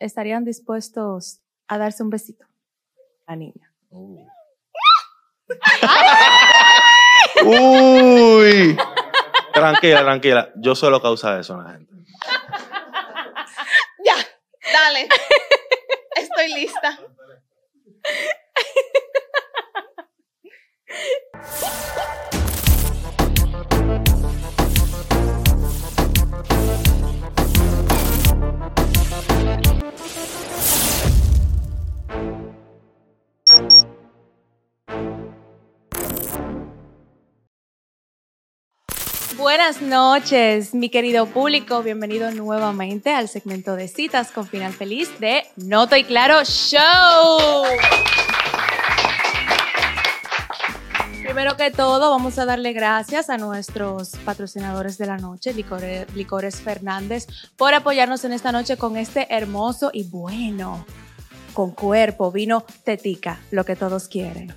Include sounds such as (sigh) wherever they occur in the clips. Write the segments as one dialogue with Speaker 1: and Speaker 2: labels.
Speaker 1: estarían dispuestos a darse un besito a la niña?
Speaker 2: Uy. Tranquila, tranquila. Yo suelo causar eso a la gente.
Speaker 3: Ya, dale. Estoy lista.
Speaker 1: Buenas noches, mi querido público. Bienvenido nuevamente al segmento de citas con final feliz de No Estoy Claro Show. Primero que todo, vamos a darle gracias a nuestros patrocinadores de la noche, Licores, Licores Fernández, por apoyarnos en esta noche con este hermoso y bueno, con cuerpo, vino tetica, lo que todos quieren.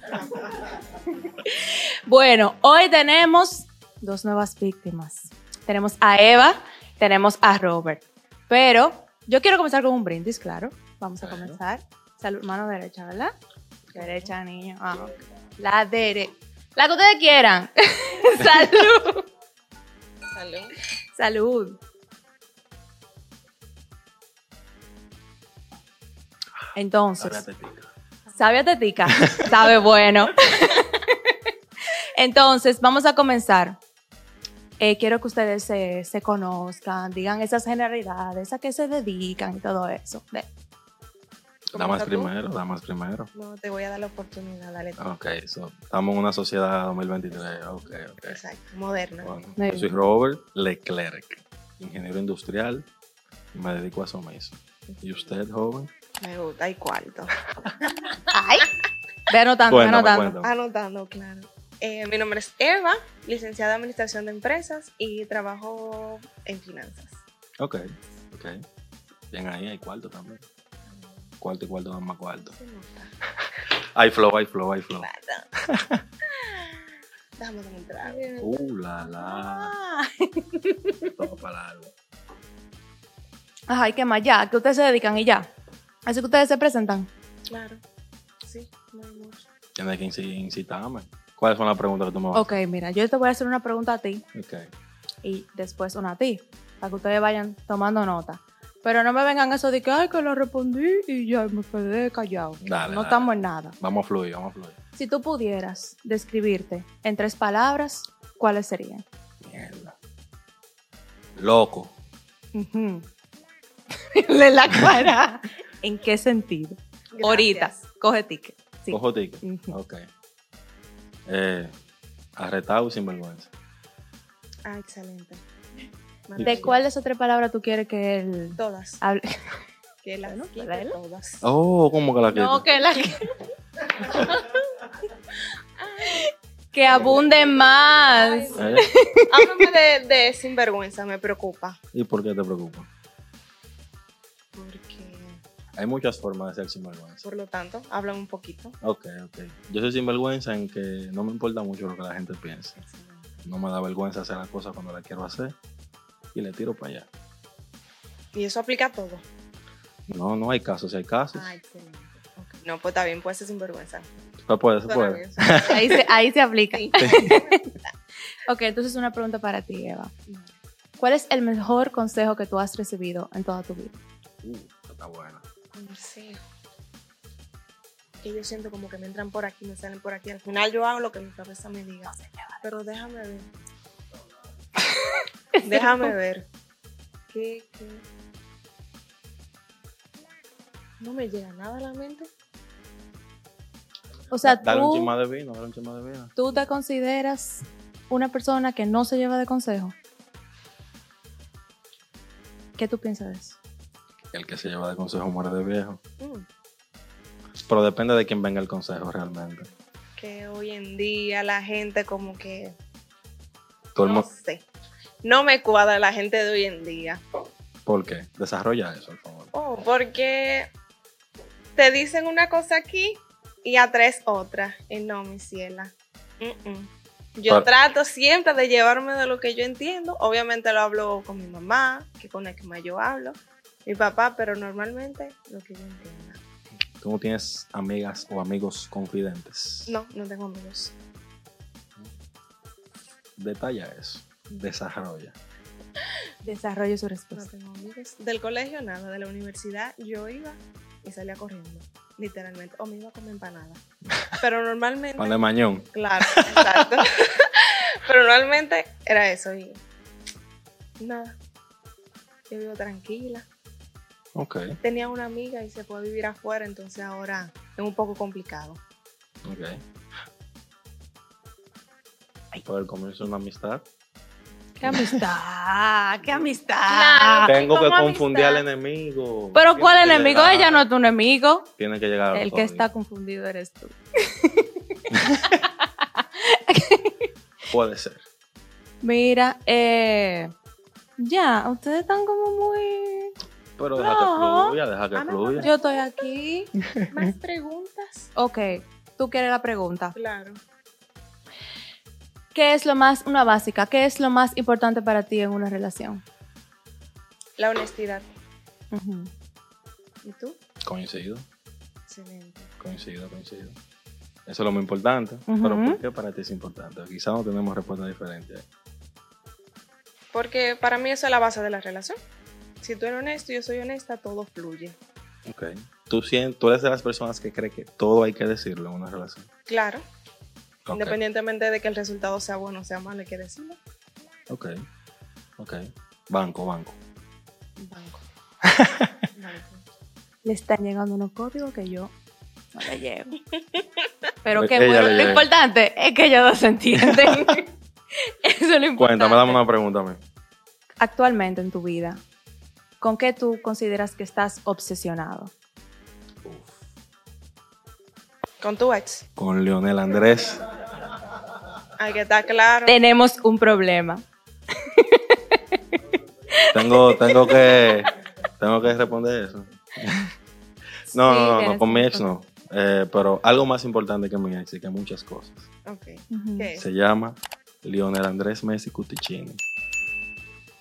Speaker 1: (laughs) bueno, hoy tenemos dos nuevas víctimas. Tenemos a Eva, tenemos a Robert. Pero yo quiero comenzar con un brindis, claro. Vamos a comenzar. Salud, mano derecha, ¿verdad? Derecha, niño. Ah, ok. La dere. La que ustedes quieran. (laughs) Salud.
Speaker 3: Salud.
Speaker 1: Salud. Entonces, sabe a tetica, sabe bueno. Entonces, vamos a comenzar. Eh, quiero que ustedes se, se conozcan, digan esas generalidades, a qué se dedican y todo eso. Ve.
Speaker 2: Damas
Speaker 3: Comienza tú.
Speaker 2: primero, damas primero.
Speaker 3: No, te voy a dar la oportunidad, dale. tú.
Speaker 2: Ok, so, estamos en una sociedad 2023. Ok, ok.
Speaker 3: Exacto, moderna.
Speaker 2: Bueno,
Speaker 1: Muy
Speaker 2: yo soy
Speaker 1: bien.
Speaker 2: Robert Leclerc, ingeniero industrial, y me dedico a eso mismo. ¿Y usted, joven?
Speaker 3: Me gusta, hay cuarto.
Speaker 1: ¡Ay! Ve anotando, ve
Speaker 2: Cuéntame,
Speaker 1: anotando.
Speaker 2: cuéntame.
Speaker 3: Anotando, claro. Eh, mi nombre es Eva, licenciada en Administración de Empresas y trabajo en finanzas.
Speaker 2: Ok, ok. Bien ahí, hay cuarto también. Cuarto y cuarto dan más cuarto.
Speaker 3: Se nota.
Speaker 2: Hay flow, hay flow, hay flow. (laughs)
Speaker 3: Claro. Déjame tomar un trago.
Speaker 2: Uh, la, la.
Speaker 1: Ah.
Speaker 2: Todo para algo.
Speaker 1: Ay, qué más, ya, que ustedes se dedican y ya. Así que ustedes se presentan.
Speaker 3: Claro. Sí, no hay mucho.
Speaker 2: Tienes que inci- incitarme. ¿Cuáles son las preguntas que tú me vas a
Speaker 1: Ok, mira, yo te voy a hacer una pregunta a ti
Speaker 2: hacer? Ok.
Speaker 1: y después una a ti, para que ustedes vayan tomando nota. Pero no me vengan eso de que, ay, que lo respondí y ya me quedé callado.
Speaker 2: Dale,
Speaker 1: no
Speaker 2: dale.
Speaker 1: estamos en nada.
Speaker 2: Vamos a fluir, vamos a fluir.
Speaker 1: Si tú pudieras describirte en tres palabras, ¿cuáles serían?
Speaker 2: Mierda. Loco.
Speaker 1: (laughs) Le la cara. ¿En qué sentido?
Speaker 3: Gracias.
Speaker 1: Ahorita, coge ticket. Sí.
Speaker 2: Cojo ticket.
Speaker 1: Ujú.
Speaker 2: Ok. Eh, arretado y sinvergüenza.
Speaker 3: Ah, excelente.
Speaker 1: ¿De
Speaker 3: Maravilloso.
Speaker 1: cuáles otras palabras tú quieres que él
Speaker 3: Todas.
Speaker 1: hable?
Speaker 3: Que las
Speaker 1: Bueno,
Speaker 3: quite
Speaker 1: dale.
Speaker 3: todas.
Speaker 2: Oh, ¿cómo que la quito?
Speaker 1: No, que la (laughs) que abunde más.
Speaker 2: ¿Eh?
Speaker 3: Háblame de, de sinvergüenza, me preocupa.
Speaker 2: ¿Y por qué te preocupa?
Speaker 3: Porque,
Speaker 2: Hay muchas formas de ser sinvergüenza.
Speaker 3: por lo tanto, háblame un poquito.
Speaker 2: Ok, ok. Yo soy sinvergüenza en que no me importa mucho lo que la gente piense. No me da vergüenza hacer las cosas cuando las quiero hacer y le tiro para allá.
Speaker 3: Y eso aplica a todo.
Speaker 2: No, no hay casos, si hay casos.
Speaker 3: excelente. No, pues está bien, puede ser sinvergüenza.
Speaker 2: Se Pues puede, se
Speaker 3: Suena
Speaker 2: puede.
Speaker 3: bien.
Speaker 1: Ahí se, ahí se aplica.
Speaker 3: Sí.
Speaker 1: (laughs) Ok, entonces una pregunta para ti, Eva. ¿Cuál es el mejor consejo que tú has recibido en toda tu vida?
Speaker 2: Uh, esta está buena.
Speaker 3: Consejo. Que yo siento como que me entran por aquí, me salen por aquí. Al final yo hago lo que mi cabeza me diga. Pero déjame ver. déjame ver. ¿Qué, qué? No me llega nada a la mente.
Speaker 1: O sea,
Speaker 2: Dale un
Speaker 1: tú,
Speaker 2: chima de vino, dale un chima de vino.
Speaker 1: tú te consideras una persona que no se lleva de consejo. ¿Qué tú piensas de eso?
Speaker 2: El que se lleva de consejo muere de viejo.
Speaker 3: Mm.
Speaker 2: Pero depende de quién venga el consejo realmente.
Speaker 3: que hoy en día la gente como que
Speaker 2: Todo el
Speaker 3: no
Speaker 2: mu-
Speaker 3: sé. No me cuadra la gente de hoy en día.
Speaker 2: ¿Por qué? Desarrolla eso, por favor.
Speaker 3: Oh, porque te dicen una cosa aquí y a tres otra. Y no, mi ciela. Mm-mm. Yo
Speaker 2: Pero-
Speaker 3: trato siempre de llevarme de lo que yo entiendo. Obviamente lo hablo con mi mamá, que con la que más yo hablo. mi papá, pero normalmente lo que yo entienda.
Speaker 2: ¿Tú no tienes amigas o amigos confidentes?
Speaker 3: No, no tengo amigos.
Speaker 2: Detalla eso. Desarrolla.
Speaker 1: Desarrolle su
Speaker 3: No
Speaker 1: respuesta.
Speaker 3: tengo amigos. Del colegio nada, de la universidad yo iba y salía corriendo, literalmente. O me iba con mi empanada. Pero normalmente...
Speaker 2: Pan de mañón.
Speaker 3: Claro, exacto. (laughs) Pero normalmente era eso y nada. Yo vivo tranquila.
Speaker 2: Ok,
Speaker 3: Tenía una amiga y se fue a vivir afuera, entonces ahora es un poco complicado.
Speaker 2: ok. Poder comienzo una amistad.
Speaker 1: ¡Qué amistad! ¡Qué amistad!
Speaker 3: Claro. Ah,
Speaker 2: Tengo que
Speaker 3: ¿cómo
Speaker 2: confundir al
Speaker 3: amistad?
Speaker 2: enemigo.
Speaker 1: Pero
Speaker 2: Tiene
Speaker 1: ¿cuál
Speaker 2: que
Speaker 1: enemigo?
Speaker 2: llegar-
Speaker 1: Ella no es tu enemigo.
Speaker 2: Tiene que llegar. al
Speaker 1: El que
Speaker 2: código.
Speaker 1: está confundido eres tú.
Speaker 2: Puede ser.
Speaker 1: Mira, eh, ya, ustedes están como muy...
Speaker 2: Pero deja
Speaker 1: No.
Speaker 2: que fluya, deja que
Speaker 3: Ah, no, no,
Speaker 2: fluya.
Speaker 1: Yo estoy aquí.
Speaker 3: ¿Más preguntas?
Speaker 1: Ok, tú quieres la pregunta.
Speaker 3: Claro.
Speaker 1: ¿Qué es lo más, una básica, qué es lo más importante para ti en una relación?
Speaker 3: La honestidad.
Speaker 1: Ujú.
Speaker 3: ¿Y tú?
Speaker 2: Coincido,
Speaker 3: Excelente.
Speaker 2: coincido, coincido. Eso es lo más importante.
Speaker 1: Ujú.
Speaker 2: Pero ¿por qué para ti es importante? Quizás no tenemos respuesta diferente.
Speaker 3: Porque para mí eso es la base de la relación. Si tú eres honesto y yo soy honesta, todo fluye.
Speaker 2: Ok. ¿Tú, sien- tú eres de las personas que cree que todo hay que decirlo en una relación.
Speaker 3: Claro.
Speaker 2: Ok,
Speaker 3: Independientemente de que el resultado sea bueno o sea malo, hay
Speaker 2: (laughs)
Speaker 3: que decirlo.
Speaker 2: Ok. Ok. Banco, banco.
Speaker 3: Banco. Banco.
Speaker 1: Le están llegando unos códigos que yo no le
Speaker 3: (laughs)
Speaker 1: llego. Pero
Speaker 2: Eh,
Speaker 1: qué
Speaker 2: ella
Speaker 1: bueno,
Speaker 2: le
Speaker 1: lo
Speaker 2: llega.
Speaker 1: importante es que ellos dos se
Speaker 3: (laughs)
Speaker 1: entienden. Eso es lo importante.
Speaker 2: Cuéntame, dame una pregunta a mí.
Speaker 1: Actualmente en tu vida, ¿con qué tú consideras que estás obsesionado?
Speaker 3: Con tu ex.
Speaker 2: Con Leonel Andrés.
Speaker 3: Hay que estar claro.
Speaker 1: Tenemos un problema.
Speaker 2: Tengo, tengo que tengo que responder eso. No,
Speaker 1: Sí,
Speaker 2: no, no, no,
Speaker 1: tienes
Speaker 2: con mi
Speaker 1: un
Speaker 2: ex no. Eh, pero algo más importante que mi ex y que muchas cosas.
Speaker 3: Ok.
Speaker 1: Ujú.
Speaker 3: ¿Qué es?
Speaker 2: Se llama Lionel Andrés Messi Cuticini.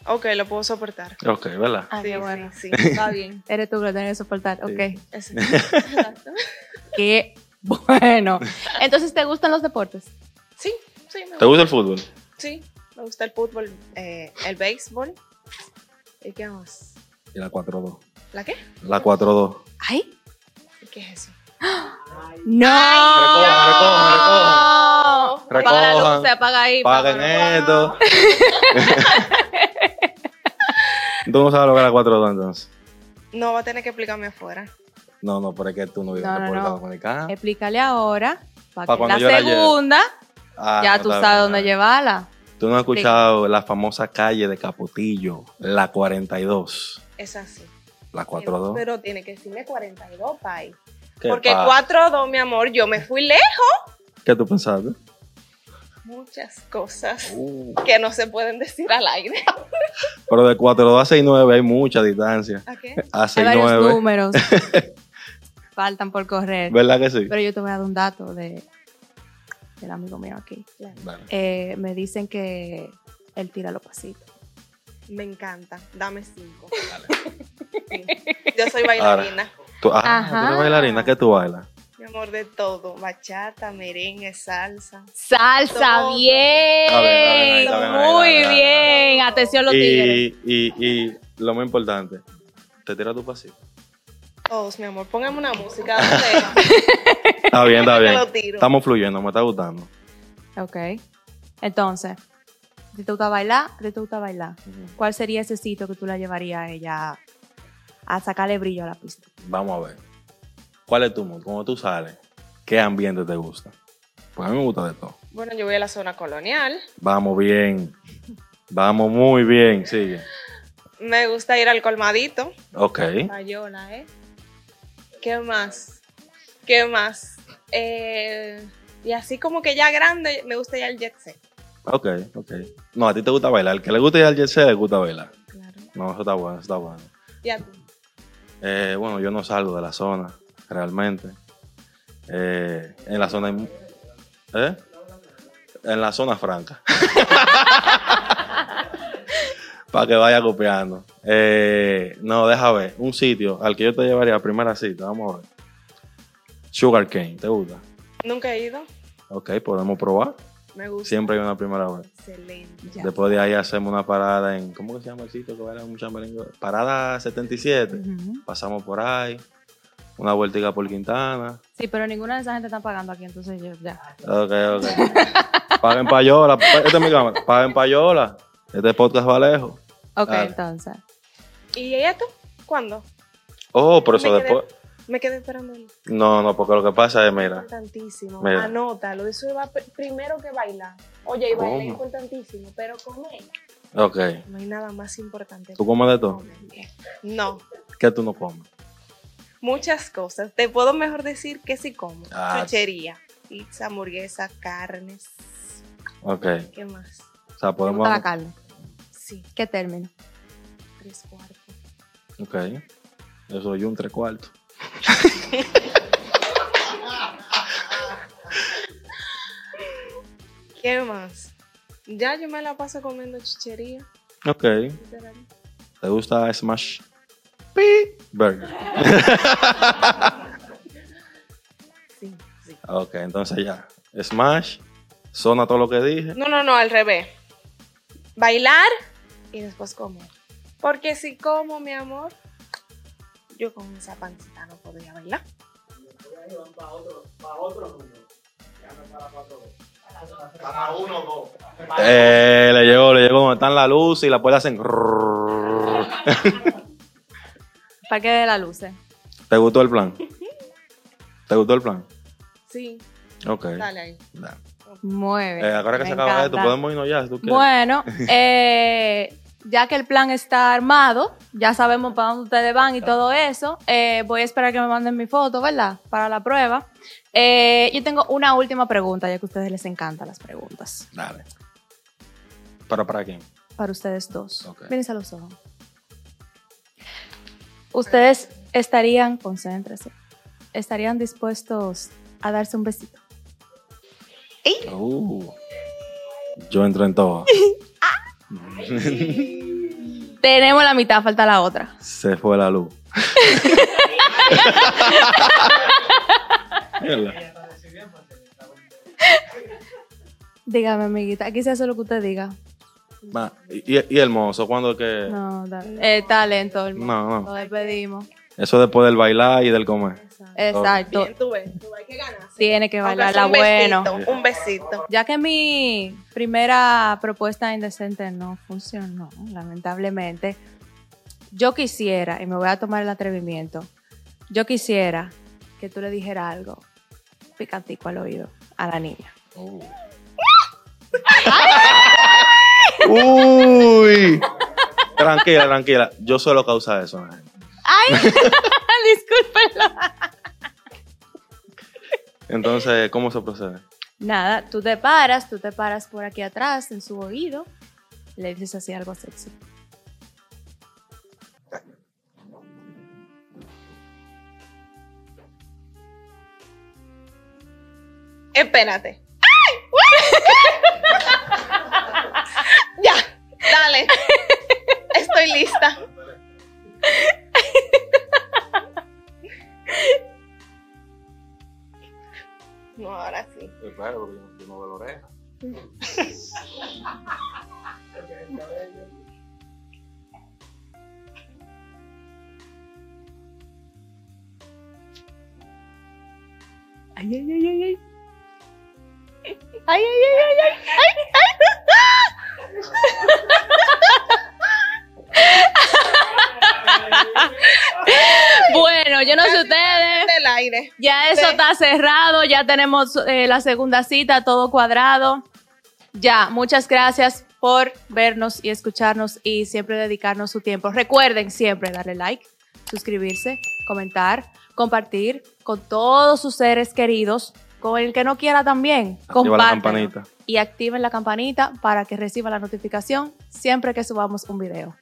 Speaker 3: Ok, lo puedo soportar.
Speaker 2: Ok, ¿verdad?
Speaker 1: Ah, qué bueno. (laughs)
Speaker 3: sí,
Speaker 1: Está bien. Eres tú que lo tienes que soportar.
Speaker 2: Sí.
Speaker 1: Ok. (laughs)
Speaker 3: Ese- Exacto.
Speaker 1: Qué (laughs) bueno. Entonces, ¿te gustan los deportes?
Speaker 3: Sí, sí, me
Speaker 2: ¿Te gusta el fútbol?
Speaker 3: Sí, me gusta el fútbol, eh, el béisbol. ¿Y qué más?
Speaker 2: Y la 4-2.
Speaker 3: ¿La qué?
Speaker 2: La 4-2.
Speaker 1: ¡Ay!
Speaker 3: ¿Y qué es eso?
Speaker 1: ¡No!
Speaker 2: recojan, recojan, recojan.
Speaker 1: Apaga la luz,
Speaker 2: Recojan.
Speaker 1: se apaga ahí.
Speaker 2: Paguen
Speaker 1: papá.
Speaker 2: esto.
Speaker 1: (laughs)
Speaker 2: tú no sabes lo que es la 4-2 entonces.
Speaker 3: No, va a tener que explicarme afuera.
Speaker 2: No, no, pero es que tú no vives
Speaker 1: No,
Speaker 2: en
Speaker 1: no,
Speaker 2: República
Speaker 1: no.
Speaker 2: Dominicana.
Speaker 1: Explícale ahora. Para
Speaker 2: Pa'
Speaker 1: que en la
Speaker 2: cuando yo la lleve.
Speaker 1: segunda
Speaker 2: Ah,
Speaker 1: ya
Speaker 2: no,
Speaker 1: tú
Speaker 2: está
Speaker 1: sabes
Speaker 2: bien.
Speaker 1: dónde llevarla.
Speaker 2: Tú no has escuchado la famosa calle de Capotillo, la 42.
Speaker 3: Es así.
Speaker 2: La 4-2.
Speaker 3: Pero tiene que decirme 42, pay.
Speaker 2: ¿Qué
Speaker 3: Porque
Speaker 2: pa-
Speaker 3: 4-2, mi amor, yo me fui lejos.
Speaker 2: ¿Qué tú pensaste?
Speaker 3: Muchas
Speaker 2: Uh.
Speaker 3: cosas que no se pueden decir al aire.
Speaker 2: Pero de 4-2 a 6-9 hay mucha distancia. (laughs)
Speaker 3: ¿A qué?
Speaker 2: A
Speaker 1: Hay varios
Speaker 2: 6-9. (laughs)
Speaker 1: números. Faltan por correr.
Speaker 2: ¿Verdad que sí?
Speaker 1: Pero yo te voy a dar un dato de, del amigo mío aquí.
Speaker 2: Dale.
Speaker 1: Eh, me dicen que él tira los pasitos.
Speaker 3: Me encanta. Dame 5.
Speaker 2: Dale.
Speaker 3: Yo soy bailarina.
Speaker 2: Tú, ah,
Speaker 1: Ajá.
Speaker 2: tú eres bailarina, ¿qué tú bailas?
Speaker 3: Mi amor, de todo. Bachata, merengue, salsa.
Speaker 1: ¡Salsa!
Speaker 3: Todo.
Speaker 1: ¡Bien!
Speaker 2: A ver, a ver, a ver, a ver, a ver, a
Speaker 1: Muy
Speaker 2: ver, a ver.
Speaker 1: bien. Atención los tigres.
Speaker 2: Y, y, y lo más importante, te tiras tu pasito.
Speaker 3: Todos, mi amor. Póngame una música. ¿dónde?
Speaker 2: Está bien, está
Speaker 3: Te
Speaker 2: bien.
Speaker 3: lo tiro.
Speaker 2: Estamos fluyendo, me está gustando.
Speaker 1: Ok. Entonces, ¿te gusta bailar? ¿Te gusta bailar? ¿Cuál sería ese sitio que tú la llevarías a ella a sacarle brillo a la pista?
Speaker 2: Vamos a ver. ¿Cuál es tu mood? Cuando tú sales, ¿qué ambiente te gusta? Pues a mí me gusta de todo.
Speaker 3: Bueno, yo voy a la zona colonial.
Speaker 2: Vamos bien. Vamos muy bien. Sigue.
Speaker 3: Me gusta ir al colmadito.
Speaker 2: Ok.
Speaker 3: Payola, ¿eh? ¿Qué más? ¿Qué más? Eh, y así como que ya grande, me gusta ir al jet set.
Speaker 2: Ok, ok. No, a ti te gusta bailar. El que le gusta ir al jet set, le gusta bailar.
Speaker 3: Claro.
Speaker 2: No, eso está bueno, eso está bueno.
Speaker 3: Y a ti.
Speaker 2: Eh, bueno, yo no salgo de la zona, realmente. Eh, en la zona... hay mu- ¿Eh? (laughs) En la zona franca. Para que vaya copiando. Eh, no, deja ver. Un sitio al que yo te llevaría a primera cita. Vamos a ver. Sugar Cane, ¿te gusta?
Speaker 3: Nunca he ido.
Speaker 2: Ok, podemos probar.
Speaker 3: Me gusta.
Speaker 2: Siempre hay una primera vez.
Speaker 3: Excelente.
Speaker 1: Ya.
Speaker 2: Después de ahí hacemos una parada en. ¿Cómo que se llama el sitio que baila un chamberlain? Parada 77.
Speaker 1: Ujú.
Speaker 2: Pasamos por ahí. Una vueltica por Quintana.
Speaker 1: Sí, pero ninguna de esa gente está pagando aquí, entonces yo ya.
Speaker 2: Ok, ok. (laughs) Paguen payola. Pa- Esta es mi cámara. Paguen payola. Este podcast va lejos.
Speaker 1: Ok,
Speaker 2: Dale.
Speaker 1: entonces.
Speaker 3: ¿Y ella tú? ¿Cuándo?
Speaker 2: Oh, pero eso
Speaker 3: Me quedé-
Speaker 2: después.
Speaker 3: Me quedé esperando. ahí.
Speaker 2: No, no, porque lo que pasa es, mira.
Speaker 3: Importantísimo.
Speaker 2: Mira.
Speaker 3: Anótalo. Eso va pr- primero que bailar. Oye, y
Speaker 2: ¿Cómo?
Speaker 3: bailar es importantísimo, pero comer.
Speaker 2: Ok.
Speaker 3: No hay nada más importante.
Speaker 2: ¿Tú comes de todo?
Speaker 3: No.
Speaker 2: ¿Qué tú no comes?
Speaker 3: Muchas cosas. Te puedo mejor decir que sí como.
Speaker 2: Ah.
Speaker 3: Chuchería, pizza, hamburguesa, carnes.
Speaker 2: Ok.
Speaker 3: ¿Qué más?
Speaker 2: O sea,
Speaker 1: ¿Te
Speaker 2: podemos.
Speaker 1: gusta la carne?
Speaker 3: Sí,
Speaker 1: ¿Qué término?
Speaker 3: tres cuartos.
Speaker 2: Ok. Yo soy un tres cuartos.
Speaker 3: ¿Qué más? Ya yo me la paso comiendo chuchería.
Speaker 2: Ok.
Speaker 3: literal.
Speaker 2: ¿Te gusta Smash? Pi. Burger.
Speaker 3: Sí, sí.
Speaker 2: Ok, entonces ya. Smash. Zona todo lo que dije.
Speaker 3: No, no, no, al revés. Bailar y después comer. Porque si como, mi amor, yo con esa pancita no podría bailar.
Speaker 2: Eh, le llegó, le llegó donde están la luz y la puerta hacen.
Speaker 1: Parque de la Luz.
Speaker 2: ¿Te gustó el plan? ¿Te gustó el plan?
Speaker 3: Sí,
Speaker 2: Ok.
Speaker 3: dale ahí.
Speaker 2: da.
Speaker 1: Muy bien.
Speaker 2: Eh, ahora que
Speaker 1: me
Speaker 2: se acaba esto,
Speaker 1: encanta.
Speaker 2: podemos irnos ya si tú quieres. (laughs)
Speaker 1: Bueno, eh, ya que el plan está armado, ya sabemos para dónde ustedes van y todo eso, eh, voy a esperar que me manden mi foto, ¿verdad? Para la prueba. Eh, yo tengo una última pregunta, ya que a ustedes les encantan las preguntas.
Speaker 2: Dale. ¿Pero para quién?
Speaker 1: Para ustedes dos.
Speaker 2: Ok.
Speaker 1: Mírense a los ojos. Ustedes estarían, concéntrense, estarían dispuestos a darse un besito.
Speaker 2: Uh, yo entro en
Speaker 1: (laughs)
Speaker 2: todo.
Speaker 1: Ah. Tenemos la mitad, falta la otra.
Speaker 2: Se fue
Speaker 1: (laughs)
Speaker 2: la luz. Mírala.
Speaker 1: Dígame, amiguita, aquí se hace lo que usted diga.
Speaker 2: Ma, y, y- y el mozo, ¿cuándo es que.?
Speaker 1: No, dale. Eh, talento, hermano.
Speaker 2: No,
Speaker 1: Lo
Speaker 2: no.
Speaker 1: despedimos.
Speaker 2: Eso después del bailar y del comer.
Speaker 1: Exacto.
Speaker 3: Bien, tú ves, tú ves que ganas.
Speaker 1: Eh, Tiene que bailar la
Speaker 3: un besito,
Speaker 1: bueno.
Speaker 3: un besito.
Speaker 1: Ya que mi primera propuesta indecente no funcionó, lamentablemente, yo quisiera, y me voy a tomar el atrevimiento, yo quisiera que tú le dijeras algo picantico al oído a la (laughs) niña.
Speaker 2: Oh. Uy. Tranquila, tranquila. Yo suelo causar eso. a la gente.
Speaker 1: Ah, Discúlpenlo.
Speaker 2: Entonces, ¿cómo se procede?
Speaker 1: Nada, tú te paras, tú te paras por aquí atrás en su oído, le dices así algo sexy.
Speaker 3: Espérate. ¡Ay! ya, dale. Estoy lista. No, ahora sí.
Speaker 2: Pues Claro, porque yo no veo la oreja.
Speaker 1: Ay, ay, ay, ay, ay. Ay, ay, ay, ay, ay, ay, ay. Bueno, yo no sé ustedes.
Speaker 3: Del aire.
Speaker 1: Ya eso está cerrado, ya tenemos eh, la segunda cita, todo cuadrado. Ya, muchas gracias por vernos y escucharnos y siempre dedicarnos su tiempo. Recuerden siempre darle like, suscribirse, comentar, compartir con todos sus seres queridos, con el que no quiera también.
Speaker 2: Activa la
Speaker 1: compártanlo.
Speaker 2: campanita.
Speaker 1: Y activen la campanita para que reciban la notificación siempre que subamos un video.